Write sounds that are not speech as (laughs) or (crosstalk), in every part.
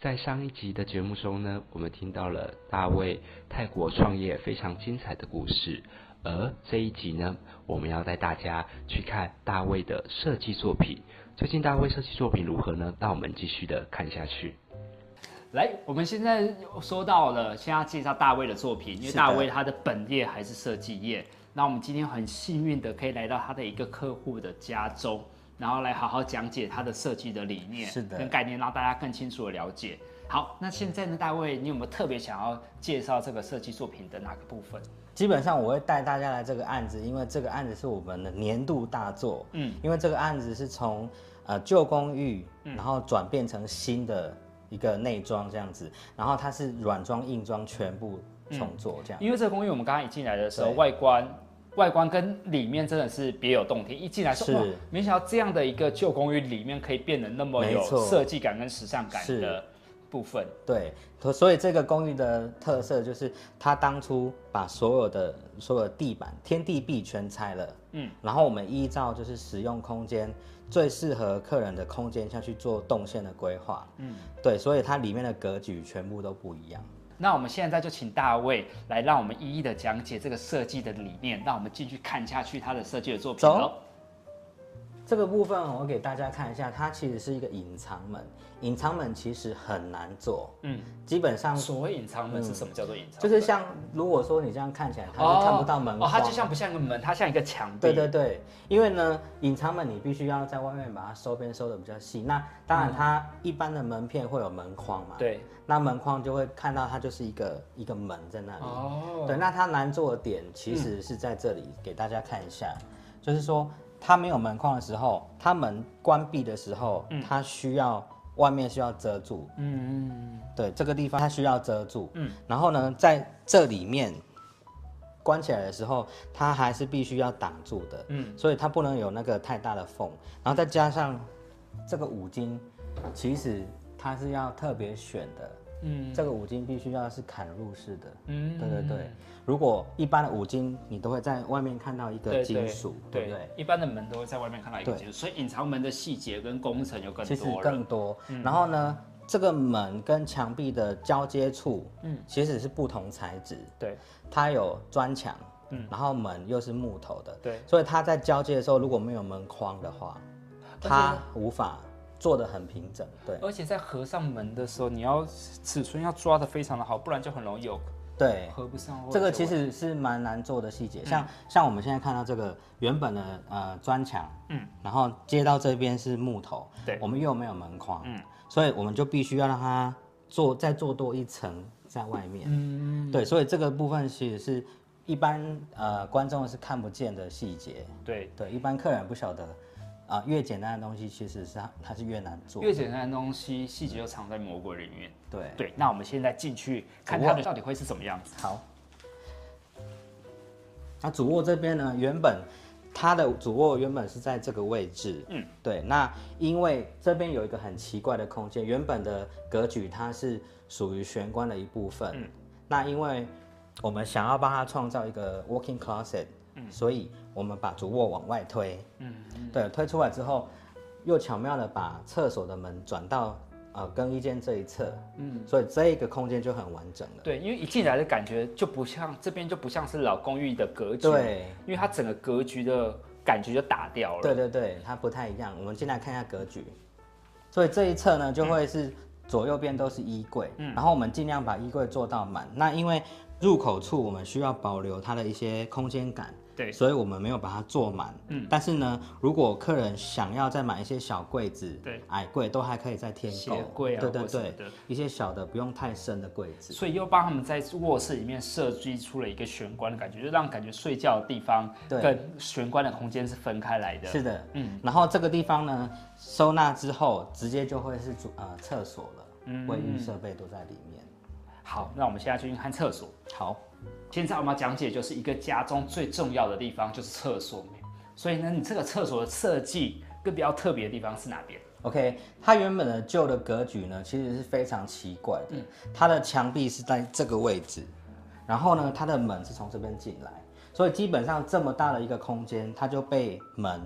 在上一集的节目中呢，我们听到了大卫泰国创业非常精彩的故事，而这一集呢，我们要带大家去看大卫的设计作品。最近大卫设计作品如何呢？让我们继续的看下去。来，我们现在说到了，先要介绍大卫的作品，因为是的大卫他的本业还是设计业。那我们今天很幸运的可以来到他的一个客户的家中，然后来好好讲解他的设计的理念，是的跟概念，让大家更清楚的了解。好，那现在呢，大卫，你有没有特别想要介绍这个设计作品的哪个部分？基本上我会带大家来这个案子，因为这个案子是我们的年度大作。嗯嗯，因为这个案子是从呃旧公寓，然后转变成新的一个内装这样子，然后它是软装硬装全部重做这样。因为这个公寓我们刚刚一进来的时候，对外观外观跟里面真的是别有洞天。一进来说是哇，没想到这样的一个旧公寓里面可以变得那么有没错设计感跟时尚感是的部分。对，所所以这个公寓的特色就是，它当初把所有的所有的地板、天地壁全拆了，嗯嗯，然后我们依照就是使用空间最适合客人的空间下去做动线的规划，嗯，对，所以它里面的格局全部都不一样。那我们现在就请大卫来让我们一一的讲解这个设计的理念，让我们进去看下去他的设计的作品哦走喽。这个部分我给大家看一下，它其实是一个隐藏门，隐藏门其实很难做，嗯，基本上所谓隐藏门是什么叫做隐藏门？嗯就是像如果说你这样看起来，它哦是看不到门哦，它框啊就像不像一个门，它像一个墙壁。对对对，因为呢，隐藏门你必须要在外面把它收边收的比较细。那当然，它一般的门片会有门框嘛，，对那门框就会看到它就是一个一个门在那里。哦，对，那它难做的点其实是在这里，给大家看一下，嗯就是说它没有门框的时候，它门关闭的时候，它需要外面需要遮住，嗯，对，这个地方它需要遮住，嗯嗯，然后呢，在这里面关起来的时候，它还是必须要挡住的，嗯嗯，所以它不能有那个太大的缝，然后再加上这个五金，其实它是要特别选的，嗯嗯，这个五金必须要是砍入式的，嗯嗯，对对对，如果一般的五金，你都会在外面看到一对个金属，对不对？一般的门都会在外面看到一个对结束，所以隐藏门的细节跟工程就更其实多了。更多。嗯然后呢，这个门跟墙壁的交接处，嗯，其实是不同材质，对，它有砖墙，嗯，然后门又是木头的，对所以它在交接的时候如果没有门框的话，且它无法做的很平整，对而且在合上门的时候，你要尺寸要抓的非常的好，不然就很容易有对。合不上或者这个就其实是蛮难做的细节，像像我们现在看到这个原本的呃砖墙，嗯嗯，然后接到这边是木头，对我们又没有门框，嗯嗯，所以我们就必须要让它做再做多一层在外面，嗯对，所以这个部分其实是一般呃观众是看不见的细节，对。对，一般客人不晓得，啊、越简单的东西其实是它它是越难做，越简单的东西，细节就藏在魔鬼里面。对，对，那我们现在进去看它的到底会是什么样子。好。那主卧这边呢，原本它的主卧原本是在这个位置，嗯嗯，对。那因为这边有一个很奇怪的空间，原本的格局它是属于玄关的一部分，嗯那因为我们想要帮它创造一个 walking closet，所以我们把主卧往外推，嗯对，推出来之后，又巧妙的把厕所的门转到呃更衣间这一侧，嗯，所以这一个空间就很完整了。对，因为一进来的感觉就不像这边就不像是老公寓的格局，对，因为它整个格局的感觉就打掉了。对对对，它不太一样。我们进来看一下格局，所以这一侧呢就会是左右边都是衣柜，嗯然后我们尽量把衣柜做到满。那因为入口处我们需要保留它的一些空间感，对所以我们没有把它做满。嗯，但是呢，如果客人想要再买一些小柜子、对矮柜，都还可以再添购鞋柜啊对对或什么对的，一些小的不用太深的柜子。所以又帮他们在卧室里面设计出了一个玄关的感觉，就让感觉睡觉的地方对跟玄关的空间是分开来的。是的，嗯嗯，然后这个地方呢，收纳之后直接就会是主呃厕所了，卫浴设备都在里面。好，那我们现在就去看厕所。好，现在我们要讲解就是一个家中最重要的地方就是厕所，所以呢，你这个厕所的设计跟比较特别的地方是哪边？ OK，它原本的旧的格局呢，其实是非常奇怪的。它的墙壁是在这个位置，然后呢，它的门是从这边进来，所以基本上这么大的一个空间，它就被门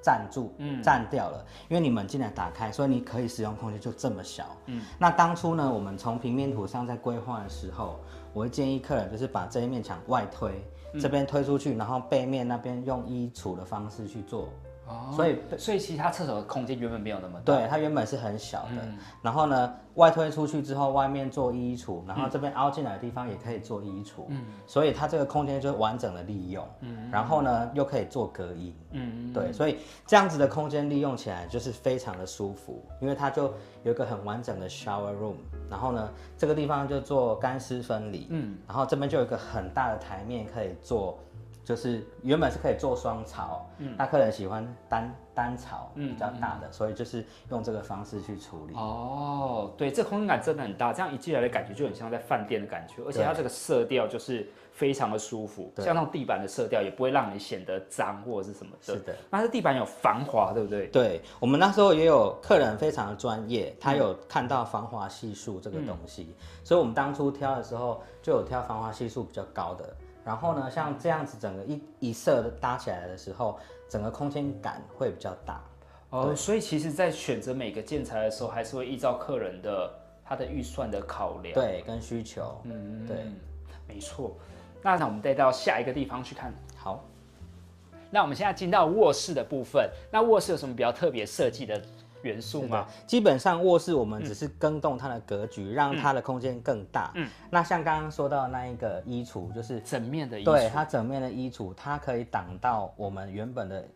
占住，占掉了，因为你门进来打开，所以你可以使用空间就这么小。嗯，那当初呢，我们从平面图上在规划的时候，我会建议客人就是把这一面墙外推，这边推出去，然后背面那边用衣橱的方式去做。哦所以所以其实它厕所的空间原本没有那么大，嗯对，它原本是很小的，然后呢，外推出去之后，外面做衣橱，然后这边凹进来的地方也可以做衣橱，嗯所以它这个空间就完整的利用，然后呢，又可以做隔音，嗯，对，所以这样子的空间利用起来就是非常的舒服，因为它就有一个很完整的 shower room，然后呢，这个地方就做干湿分离，嗯，然后这边就有一个很大的台面可以做，就是原本是可以做双槽，嗯，那客人喜欢单单槽比较大的，所以就是用这个方式去处理，哦，对，这空间感真的很大，这样一进来的感觉就很像在饭店的感觉，而且它这个色调就是非常的舒服，对像那种地板的色调也不会让你显得脏或者是什么的。是的。那这地板有防滑，对不对？对我们那时候也有客人非常的专业，他有看到防滑系数这个嗯东西，所以我们当初挑的时候就有挑防滑系数比较高的。然后呢，像这样子整个一一色的搭起来的时候，整个空间感会比较大。哦，所以其实，在选择每个建材的时候，还是会依照客人的他的预算的考量。对，跟需求，嗯对，没错。那那我们再到下一个地方去看。好，那我们现在进到卧室的部分，那卧室有什么比较特别设计的元素是吗的？，基本上卧室我们只是更动它的格局，嗯让它的空间更大。嗯，那像刚刚说到那一个衣橱，就是整面的衣对橱，它整面的衣橱，它可以挡到我们原本的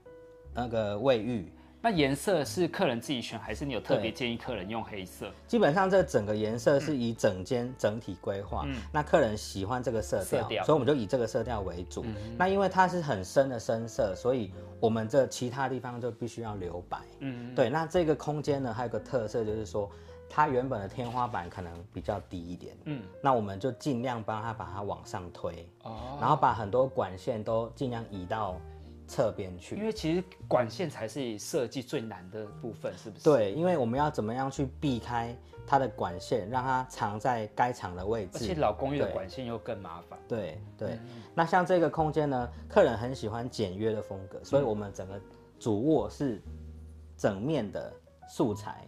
那个卫浴，那颜色是客人自己选，还是你有特别对建议客人用黑色基本上这整个颜色是以整间整体规划，那客人喜欢这个嗯色调，嗯色调所以我们就以这个色调为主。那因为它是很深的深色，所以我们这其他地方就必须要留白。嗯，对。那这个空间呢，还有个特色就是说，它原本的天花板可能比较低一点，嗯，那我们就尽量帮它把它往上推，哦，然后把很多管线都尽量移到侧边去。因为其实管线才是设计最难的部分，是不是？，对，因为我们要怎么样去避开它的管线，让它藏在该藏的位而且置。老嗯公寓的对管线又更麻烦。对对，那像这个空间呢，客人很喜欢简约的风格，所以嗯我们整个主卧是整面的素材，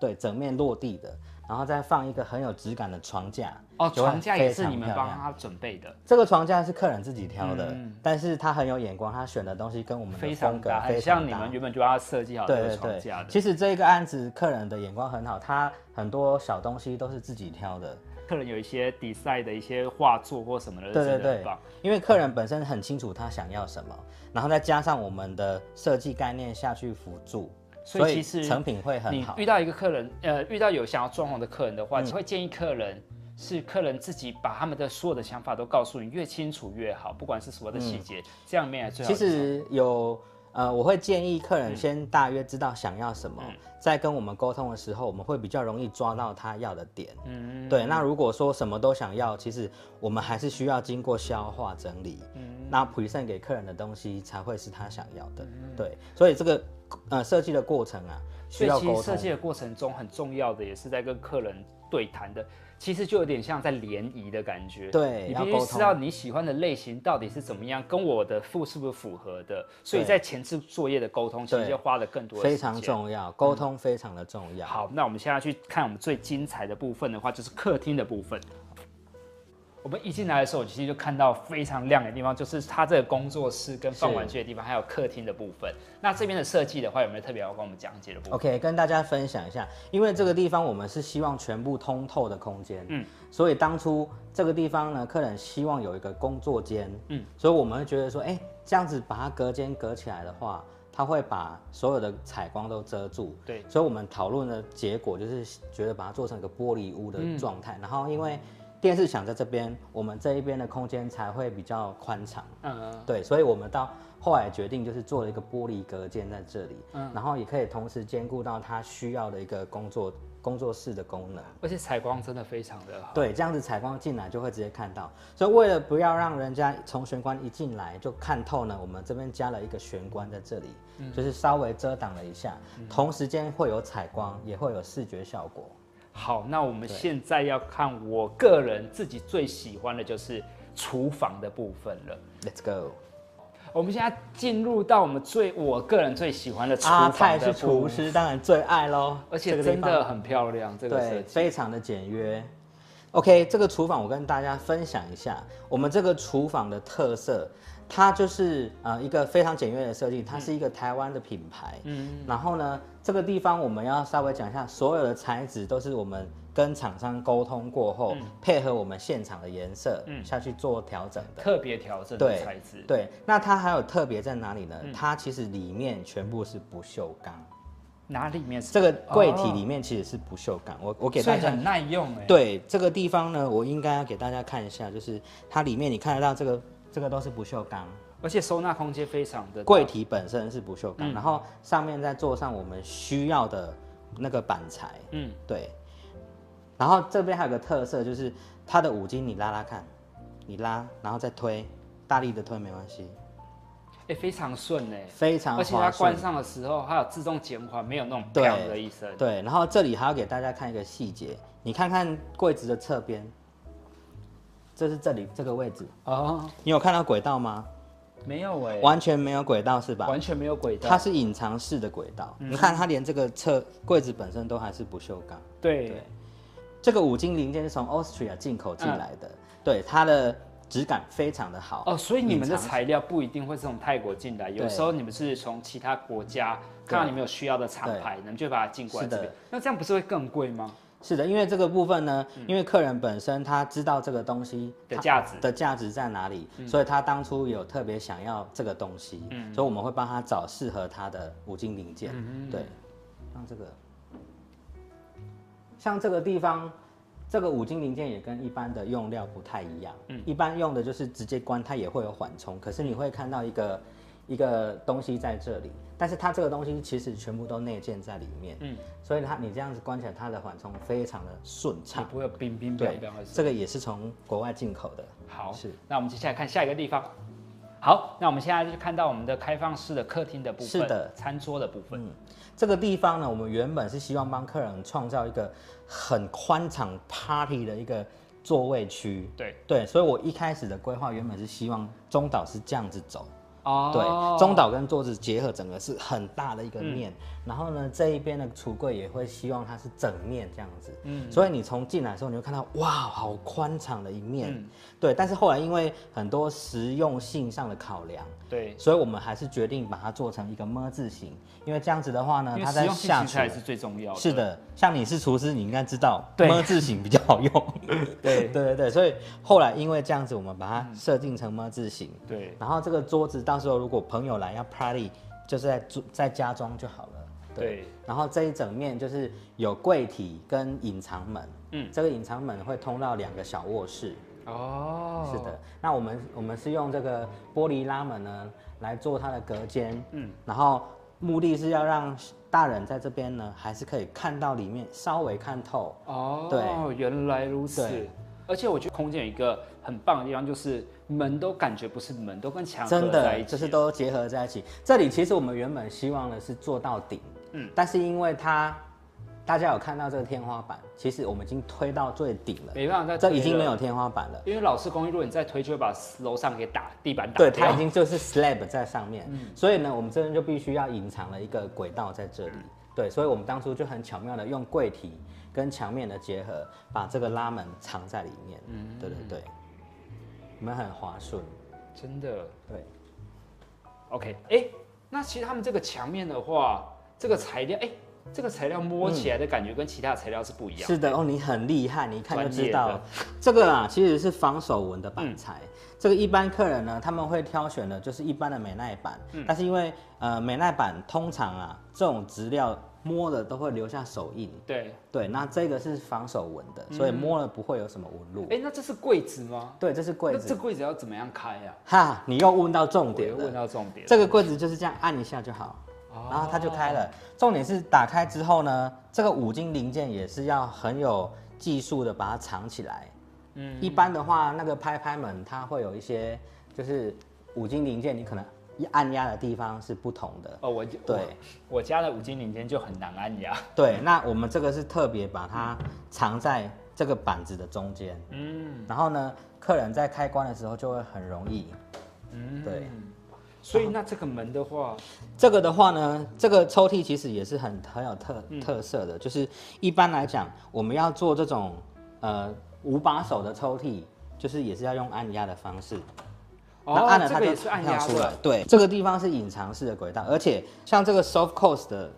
对，整面落地的，然后再放一个很有质感的床架。哦，就会床架也啊非是常你们漂帮亮他准备的，这个床架是客人自己挑的，但是他很有眼光，他选的东西跟我们的嗯非风常格大，非很常像你搭们原本就帮他设计好这对个对床对架，的。其实这个案子客人的眼光很好，他很多小东西都是自己挑的。客人有一些 design 的一些画作或什么的，对对真的很对棒。，因为客人本身很清楚他想要什么，然后再加上我们的设计概念下去辅助，所以其实成品会很你好嗯遇。到一个客人，呃，遇到有想要装潢的客人的话，你会建议客人是客人自己把他们的所有的想法都告诉你，越清楚越好，不管是什么的细节，这样面来最好嗯其用。实有呃，我会建议客嗯人先大约知道想要什么，在跟我们沟通的时候，我们会比较容易抓到他要的点。嗯，对。那如果说什么都想要，其实我们还是需要经过消化整理，嗯那 present 给客人的东西才会是他想要的。嗯对，所以这个呃设计的过程啊，所需以要其实沟设通。计的过程中很重要的也是在跟客人对谈的，其实就有点像在联谊的感觉。对你要必须沟知道通你喜欢的类型到底是怎么样，跟我的付是不是符合的。所以对在前置作业的沟通，其实对就花了更多的非时常间重要，沟通非常的重要。好，那我们现在去看我们最精彩的部分的话，就是客厅的部分。我们一进来的时候，其实就看到非常亮眼的地方，就是它这个工作室跟放是玩具的地方，还有客厅的部分。那这边的设计的话，有没有特别要跟我们讲解的部分？ OK，跟大家分享一下，因为这个地方我们是希望全部通透的空间，嗯，所以当初这个地方呢，客人希望有一个工作间，嗯，所以我们会觉得说，哎、这样子把它隔间隔起来的话，它会把所有的采光都遮住，对所以我们讨论的结果就是觉得把它做成一个玻璃屋的状态，然后因为电视墙在这边，我们这一边的空间才会比较宽敞，嗯，对，所以我们到后来决定就是做了一个玻璃隔间在这里，嗯然后也可以同时兼顾到他需要的一个工作工作室的功能。而且采光真的非常的好。对，这样子采光进来就会直接看到，所以为了不要让人家从玄关一进来就看透呢，我们这边加了一个玄关在这里，嗯就是稍微遮挡了一下，同时间会有采光，也会有视觉效果。好，那我们现在要看我个人自己最喜欢的就是厨房的部分了。 Let's go。我们现在进入到我们最我个人最喜欢的厨阿房泰的啊是部厨分，师，当然最爱喽。而这且个真地的方很漂亮，这个设对，计。非常的简约。OK，这个厨房我跟大家分享一下，我们这个厨房的特色，它就是呃一个非常简约的设计，嗯它是一个台湾的品牌。嗯，然后呢，这个地方我们要稍微讲一下，所有的材质都是我们跟厂商沟通过后，嗯配合我们现场的颜色、下去做调整的。特别调整的对材质，对，那它还有特别在哪里呢？嗯它其实里面全部是不锈钢，哪里面是这个柜体哦里面其实是不锈钢。我我给所大以家很耐用哎。，对这个地方呢，我应该要给大家看一下，就是它里面你看得到这个，这个都是不锈钢，而且收纳空间非常的大柜体本身是不锈钢，嗯然后上面再做上我们需要的那个板材，嗯，对。然后这边还有个特色就是它的五金，你拉拉看，你拉，然后再推，大力的推没关系，哎，非常顺哎。非常而且它划关算。上的时候，它有自动减缓，没有那种“对砰”的一声。对，然后这里还要给大家看一个细节，你看看柜子的侧边，这是这里这个位置，哦，你有看到轨道吗？没有哎，完全没有轨道是吧？完全没有嗯轨道。它是隐藏式的轨道，你看它连这个侧柜子本身都还是不锈钢。对对，这个五金零件是从 Austria 进口进来的，对它的质感非常的好。嗯哦，所以你们的隐藏材料不一定会是从泰国进来，有对时候你们是从其他国家看到你们有需要的厂牌，你们就把它进过来是这的边。那这样不是会更贵吗？是的，因为这个部分呢，因为客人本身他知道这个东西嗯的它价值嗯的价值在哪里，所以他当初有特别想要这个东西，所以我们会帮他找适合他的五金零件。嗯对，像这个，像这个地方，这个五金零件也跟一般的用料不太一样。嗯一般用的就是直接关，它也会有缓冲，可是你会看到一个。一个东西在这里，但是它这个东西其实全部都内建在里面，嗯，所以它你这样子关起来，它的缓冲非常的顺也畅。不会有冰冰冰对冰的，声音这个也是从国外进口的。好，是那我们接下来看下一个地方。好，那我们现在就看到我们的开放式的客厅的部分，是的嗯餐桌的部分，这个地方呢，我们原本是希望帮客人创造一个很宽敞 party 的一个座位区。对，对，所以我一开始的规划原本是希望中岛是这样子走，哦嗯对，中岛跟桌子结合，整个是很大的一个面。然后呢，这一边的橱柜也会希望它是整面这样子。嗯，所以你从进来的时候，你会看到哇，好宽敞的一面。嗯对，但是后来因为很多实用性上的考量，对，所以我们还是决定把它做成一个么字形，因为这样子的话呢因，为它实在用性下其实还是厨。最重要的。是，的，像你是厨师，你应该知道对么字形比较好用。 (laughs) 对嗯对对对，所以后来因为这样子，我们把它设定成么字形。对，然后这个桌子到时候如果朋友来要 party，就是在桌在家装就好了。对，然后这一整面就是有柜体跟隐藏门，嗯嗯，这个隐藏门会通到两个小卧室。哦，是的，，那我们我们是用这个玻璃拉门呢来做它的隔间，嗯，然后目的是要让大人在这边呢还是可以看到里面，稍微看透。哦，对，原来如此对。而且我觉得空间有一个很棒的地方，就是门都感觉不是门，都跟墙真合在的一起，就是都结合在一起。这里其实我们原本希望的是做到顶，嗯，但是因为它大家有看到这个天花板，其实我们已经推到最顶了，没办法再这推已经了没有，天花板了。因为老式公寓，如果你再推，就会把楼上给打地板打对，掉嗯它已经就是 slab 在上面，所以呢，我们这边就必须要隐藏了一个轨道在这嗯里。对，所以我们当初就很巧妙的用柜体跟墙面的结合，把这个拉门藏在里面。嗯，对对对，我们很滑顺。真的。对， OK，哎、那其实他们这个墙面的话，这个材料，哎、这个材料摸起来的感觉跟其他材料是不一样。是的哦，你很厉害，你一看就专业的知嗯道了。这个啊，其实是防手纹的板材。这个一般客人呢，他们会挑选的就是一般的美耐板，嗯但是因为呃美耐板通常啊这种质料摸的都会留下手印，对，对，那这个是防手纹的，嗯所以摸了不会有什么纹路。哎、那这是柜子吗？对，这是柜那这子。柜子要怎么样开呀、哈，你又问到重我点又问了。到重点。哦这个柜子就是这样按一下就好，然后它就开了。重点是打开之后呢，这个五金零件也是要很有技术的把它藏起来。嗯，一般的话，那个拍拍门它会有一些，就是五金零件你可能一按压的地方是不同的。哦，我对，我我家的五金零件就很难按压。对，那我们这个是特别把它藏在这个板子的中间，嗯，然后呢，客人在开关的时候就会很容易，嗯，对，所以那这个门的话，这个的话呢，这个抽屉其实也是很很有特、嗯特色的，就是一般来讲，我们要做这种呃五把手的抽屉，就是也是要用按压的方式，那哦按，了这它个就也是按跳压出来的。。对，这个地方是隐藏式的轨道，而且像这个 soft cost 的，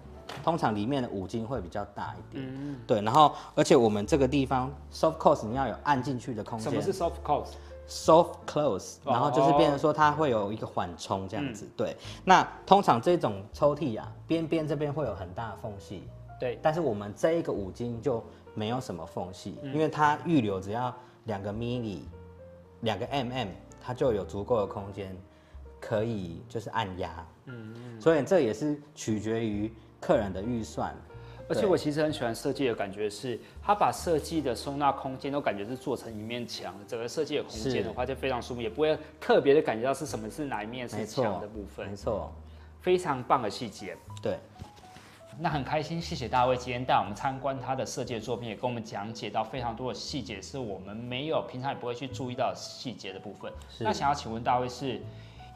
通常里面的五金会比较大一点。嗯，对，然后而且我们这个地方 soft cost 你要有按进去的空什间么是 soft close？ ，soft close，哦然后就是变成说它会有一个缓冲这样子。对，那通常这种抽屉啊，边边这边会有很大的缝隙，对，但是我们这一个五金就没有什么缝隙，因为它预留只要两个 mini，两个 mm，它就有足够的空间可以就是按压。嗯，所以这也是取决于客人的预算。而且对我其实很喜欢设计的感觉是，它把设计的收纳空间都感觉是做成一面墙，整个设计的空间的话就非常舒服，也不会特别的感觉到是什么是哪一面是没错墙的部分没，错，非常棒的细节。对，那很开心，谢谢大卫今天带我们参观他的设计的作品，也跟我们讲解到非常多的细节，是我们没有平常也不会去注意到的细节的部分。是嗯那想要请问大卫是，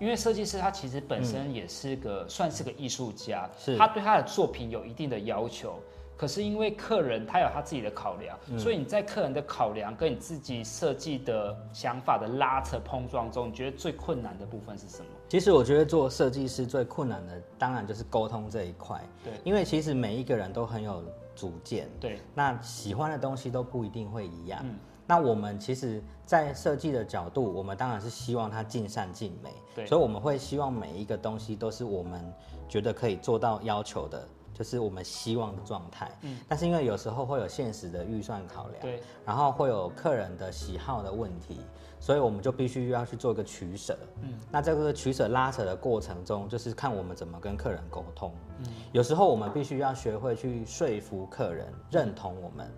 因为设计师他其实本身也是个、算是个艺术家，是他对他的作品有一定的要求。可是因为客人他有他自己的考量，嗯所以你在客人的考量跟你自己设计的想法的拉扯碰撞中，你觉得最困难的部分是什么？其实我觉得做设计师最困难的，当然就是沟通这一块。对因为其实每一个人都很有主见，对，那喜欢的东西都不一定会一样。嗯那我们其实，在设计的角度，我们当然是希望它尽善尽美，对所以我们会希望每一个东西都是我们觉得可以做到要求的，就是我们希望的状态。嗯，但是因为有时候会有现实的预算考量，对，然后会有客人的喜好的问题，所以我们就必须要去做一个取舍。嗯，那在这个取舍拉扯的过程中，就是看我们怎么跟客人沟通。嗯，有时候我们必须要学会去说服客人认同我们。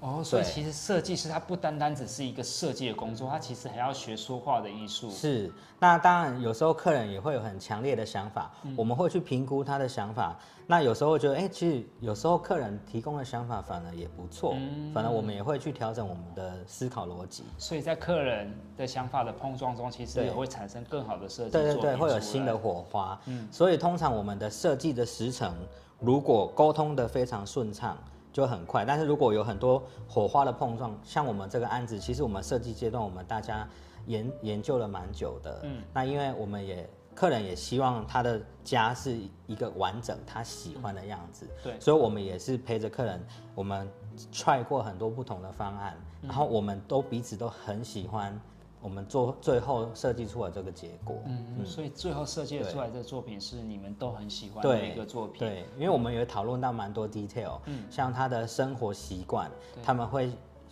哦，所以对其实设计师他不单单只是一个设计的工作，他其实还要学说话的艺术。是，那当然有时候客人也会有很强烈的想法，我们会去评估他的想法。那有时候觉得，哎、其实有时候客人提供的想法反而也不错，反而我们也会去调整我们的思考逻辑。所以在客人的想法的碰撞中，其实对也会产生更好的设计作品对对出对，来。嗯会有新的火花。所以通常我们的设计的时程，如果沟通的非常顺畅，就很快。但是如果有很多火花的碰撞，像我们这个案子，其实我们设计阶段我们大家研研究了蛮久的。嗯，那因为我们也。客人也希望他的家是一个完整他喜欢的样子，对所以我们也是陪着客人，我们 try 过很多不同的方案，嗯然后我们都彼此都很喜欢，我们做最后设计出了这个结果。嗯，所以最后设计得出来的作品是你们都很喜欢的对一个作品。嗯对，因为我们有讨论到蛮多 detail，、像他的生活习惯，他们会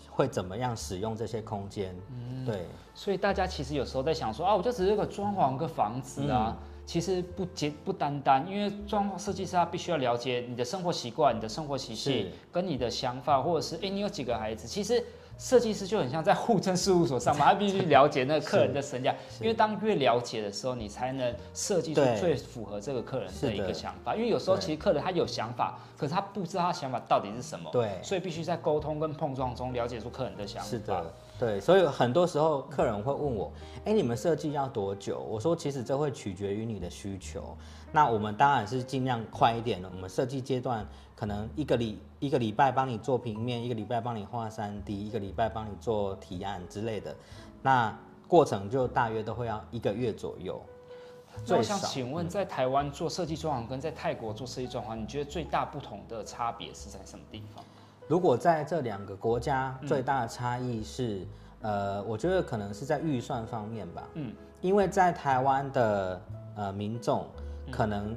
会怎么样使用这些空间，嗯对，所以大家其实有时候在想说啊，我就只是个装潢个房子嗯啊，其实不简不单单，因为装潢设计师他必须要了解你的生活习惯、你的生活习性是跟你的想法，或者是哎、诶你有几个孩子，其实。设计师就很像在户政事务所上 (laughs) 班，他必须了解那个客人的身价，因为当越了解的时候，你才能设计出对最符合这个客人是的的一个想法。因为有时候对其实客人他有想法，可是他不知道他想法到底是什么，对所以必须在沟通跟碰撞中了解出客人的想法。是的，对，所以很多时候客人会问我，哎，你们设计要多久？我说其实这会取决于你的需求。那我们当然是尽量快一点的，我们设计阶段可能一个礼一个礼拜帮你做平面，一个礼拜帮你画三 D，一个礼拜帮你做提案之类的，那过程就大约都会要一个月左右。那我最想少。请问，在台湾做设计装潢跟在泰国做设计装潢，你觉得最大不同的差别是在什么地方？如果在这两个国家嗯最大的差异是，呃，我觉得可能是在预算方面吧。嗯嗯，因为在台湾的呃民众可能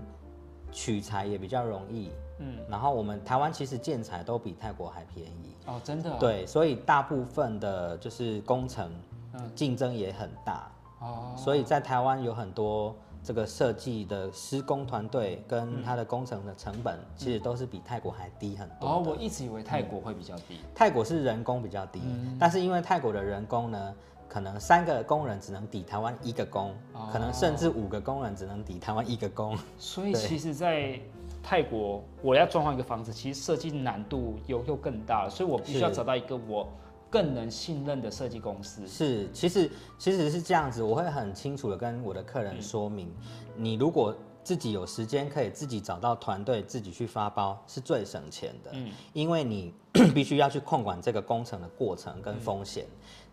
取材也比较容易，嗯嗯，然后我们台湾其实建材都比泰国还便宜，哦，真的、，对，所以大部分的就是工程嗯竞争也很大，哦，所以在台湾有很多这个设计的施工团队嗯跟它的工程的成本其实都是比泰国还低很多的。哦，我一直以为泰国会比较低。泰国是人工比较低，但是因为泰国的人工呢，可能三个工人只能抵台湾一个工，哦可能甚至五个工人只能抵台湾一个工。所以对其实，在泰国我要装潢一个房子，其实设计难度又又更大了，所以我必须是要找到一个我更能信任的设计公司。是，其实其实是这样子，我会很清楚的跟我的客人说明，你如果自己有时间可以自己找到团队，自己去发包是最省钱的，嗯因为你 (clears throat) 必须要去控管这个工程的过程跟风险，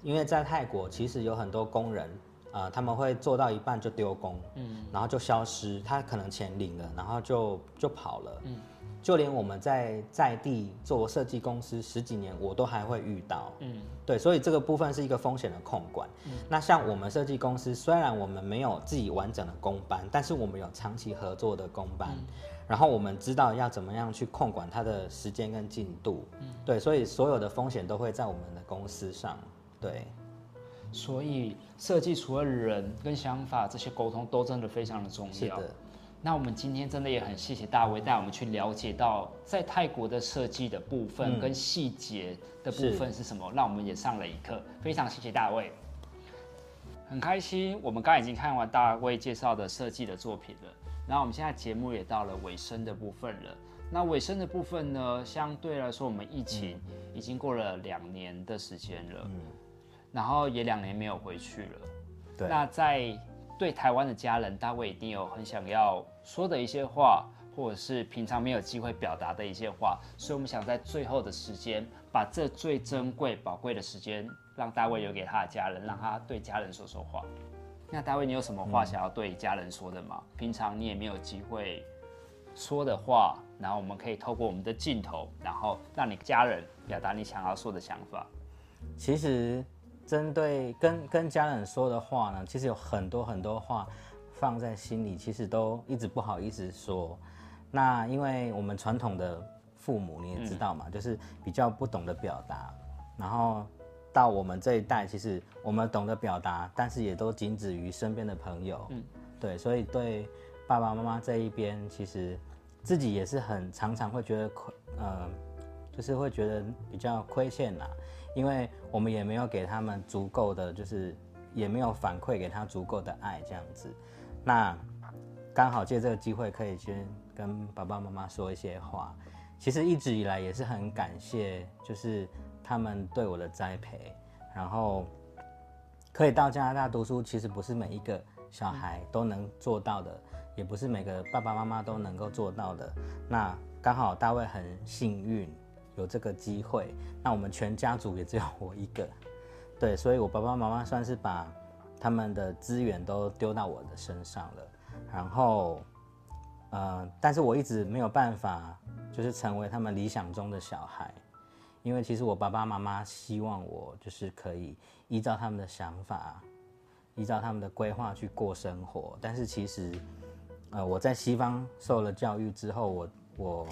因为在泰国其实有很多工人。啊、他们会做到一半就丢工，嗯，然后就消失，他可能钱领了，然后就就跑了，嗯，就连我们在在地做设计公司十几年，我都还会遇到，嗯，对，所以这个部分是一个风险的控管。那像我们设计公司，虽然我们没有自己完整的工班，但是我们有长期合作的工班，嗯然后我们知道要怎么样去控管它的时间跟进度。嗯对，所以所有的风险都会在我们的公司上。对，所以设计除了人跟想法这些沟通都真的非常的重是要。的，那我们今天真的也很谢谢大卫带我们去了解到在泰国的设计的部分跟细节的部分是什么，让我们也上了一课。非常谢谢大卫，很开心，我们刚才已经看完大卫介绍的设计的作品了。然后我们现在节目也到了尾声的部分了。那尾声的部分呢，相对来说我们疫情已经过了两年的时间了，然后也两年没有回去了。对那在对台湾的家人，大卫一定有很想要说的一些话，或者是平常没有机会表达的一些话，所以我们想在最后的时间，把这最珍贵、宝贵的时间，让大卫留给他的家人，让他对家人说说话。那大卫，你有什么话想要对家人说的吗？平常你也没有机会说的话，然后我们可以透过我们的镜头，然后让你家人表达你想要说的想法。其实针对跟跟家人说的话呢，其实有很多很多话放在心里，其实都一直不好意思说。那因为我们传统的父母你也知道嘛，就是比较不懂得表达，然后到我们这一代，其实我们懂得表达，但是也都仅止于身边的朋友。嗯，对，所以对爸爸妈妈这一边，其实自己也是很常常会觉得亏，呃，就是会觉得比较亏欠啦、因为我们也没有给他们足够的，就是也没有反馈给他足够的爱这样子。那刚好借这个机会，可以去跟爸爸妈妈说一些话。其实一直以来也是很感谢，就是他们对我的栽培，然后可以到加拿大读书，其实不是每一个小孩都能做到的，也不是每个爸爸妈妈都能够做到的。那刚好大卫很幸运有这个机会，那我们全家族也只有我一个， (laughs) 对，所以我爸爸妈妈算是把他们的资源都丢到我的身上了，然后，呃，但是我一直没有办法，就是成为他们理想中的小孩，因为其实我爸爸妈妈希望我就是可以依照他们的想法，依照他们的规划去过生活，但是其实，呃，我在西方受了教育之后，我我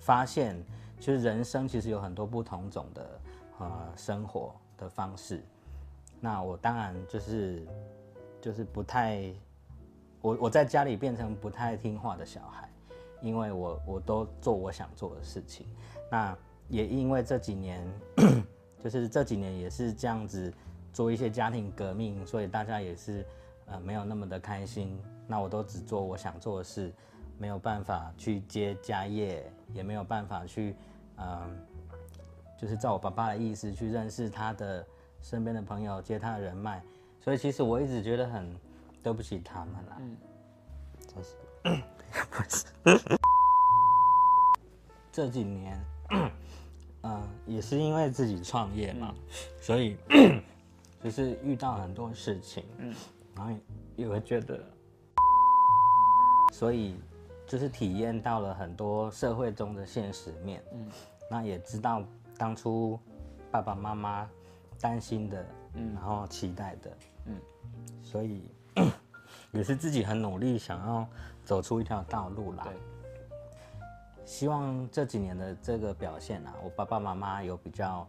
发现，其实人生其实有很多不同种的呃生活的方式。那我当然就是就是不太，我我在家里变成不太听话的小孩，因为我我都做我想做的事情。那也因为这几年， (clears throat) 就是这几年也是这样子做一些家庭革命，所以大家也是呃没有那么的开心。那我都只做我想做的事，没有办法去接家业，也没有办法去嗯、就是照我爸爸的意思去认识他的身边的朋友，接他的人脉。所以其实我一直觉得很对不起他们啦。嗯，真是不是这几年， (clears throat) 嗯、也是因为自己创业嘛，所以 (clears throat) 就是遇到很多事情，嗯，然后也会觉得，所以就是体验到了很多社会中的现实面，嗯，那也知道当初爸爸妈妈担心的，嗯，然后期待的，嗯，所以 (clears throat) 也是自己很努力想要走出一条道路来。对，希望这几年的这个表现啊，我爸爸妈妈有比较，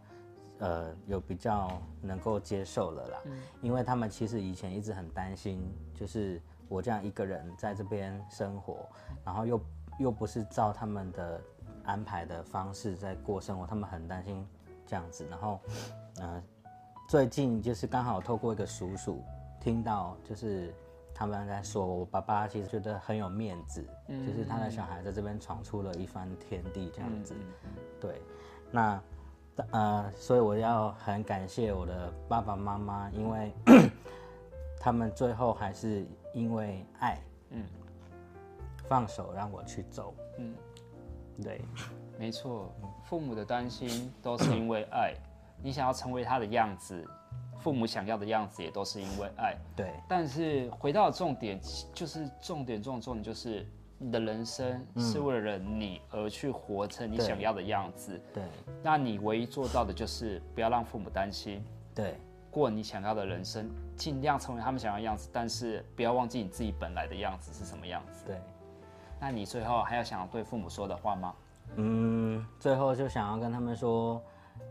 呃，有比较能够接受了啦。因为他们其实以前一直很担心，就是我这样一个人在这边生活，然后又又不是照他们的安排的方式在过生活，他们很担心这样子。然后，呃，最近就是刚好透过一个叔叔听到，就是他们在说，我爸爸其实觉得很有面子，就嗯是他的小孩在这边闯出了一番天地这样子。对，那呃，所以我要很感谢我的爸爸妈妈，因为 (coughs) 他们最后还是因为爱，嗯，放手让我去走，嗯，对，没错，父母的担心都是因为爱，你想要成为他的样子，父母想要的样子也都是因为爱。对，但是回到重点，就是重点重重点就是你的人生是为了你而去活成你对想要的样子。对，那你唯一做到的就是不要让父母担心，对，过你想要的人生，尽量成为他们想要的样子，但是不要忘记你自己本来的样子是什么样子。对，那你最后还有想要对父母说的话吗？嗯，最后就想要跟他们说，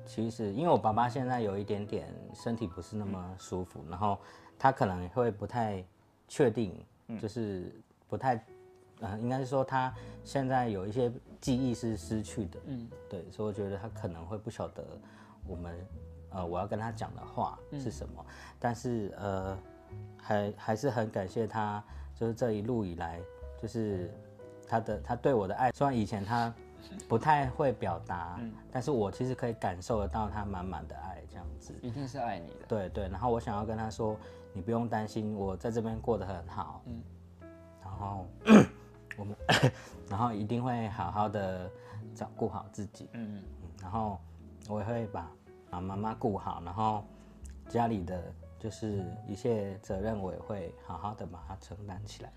其实因为我爸爸现在有一点点身体不是那么舒服，然后他可能会不太确定，就是不太，呃，应该是说他现在有一些记忆是失去的，嗯，对，所以我觉得他可能会不晓得我们，呃，我要跟他讲的话是什么，但是呃，还还是很感谢他，就是这一路以来，就是他的他对我的爱，虽然以前他不太会表达，但是我其实可以感受得到他满满的爱这样子。一定是爱你的。对对，然后我想要跟他说，你不用担心，我在这边过得很好。嗯，然后我们， (laughs) 然后一定会好好的照顾好自己。嗯，嗯然后我也会把把妈妈顾好，然后家里的就是一些责任，我也会好好的把它承担起来。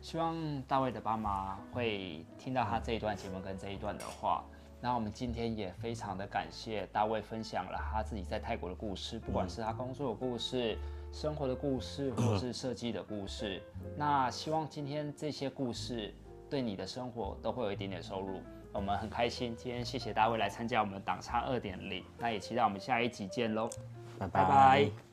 希望大卫的爸妈会听到他这一段节目跟这一段的话。那我们今天也非常的感谢大卫分享了他自己在泰国的故事，不管是他工作的故事、生活的故事，或是设计的故事。那希望今天这些故事对你的生活都会有一点点收入。我们很开心，今天谢谢大卫来参加我们党差二点零，那也期待我们下一集见喽，拜拜拜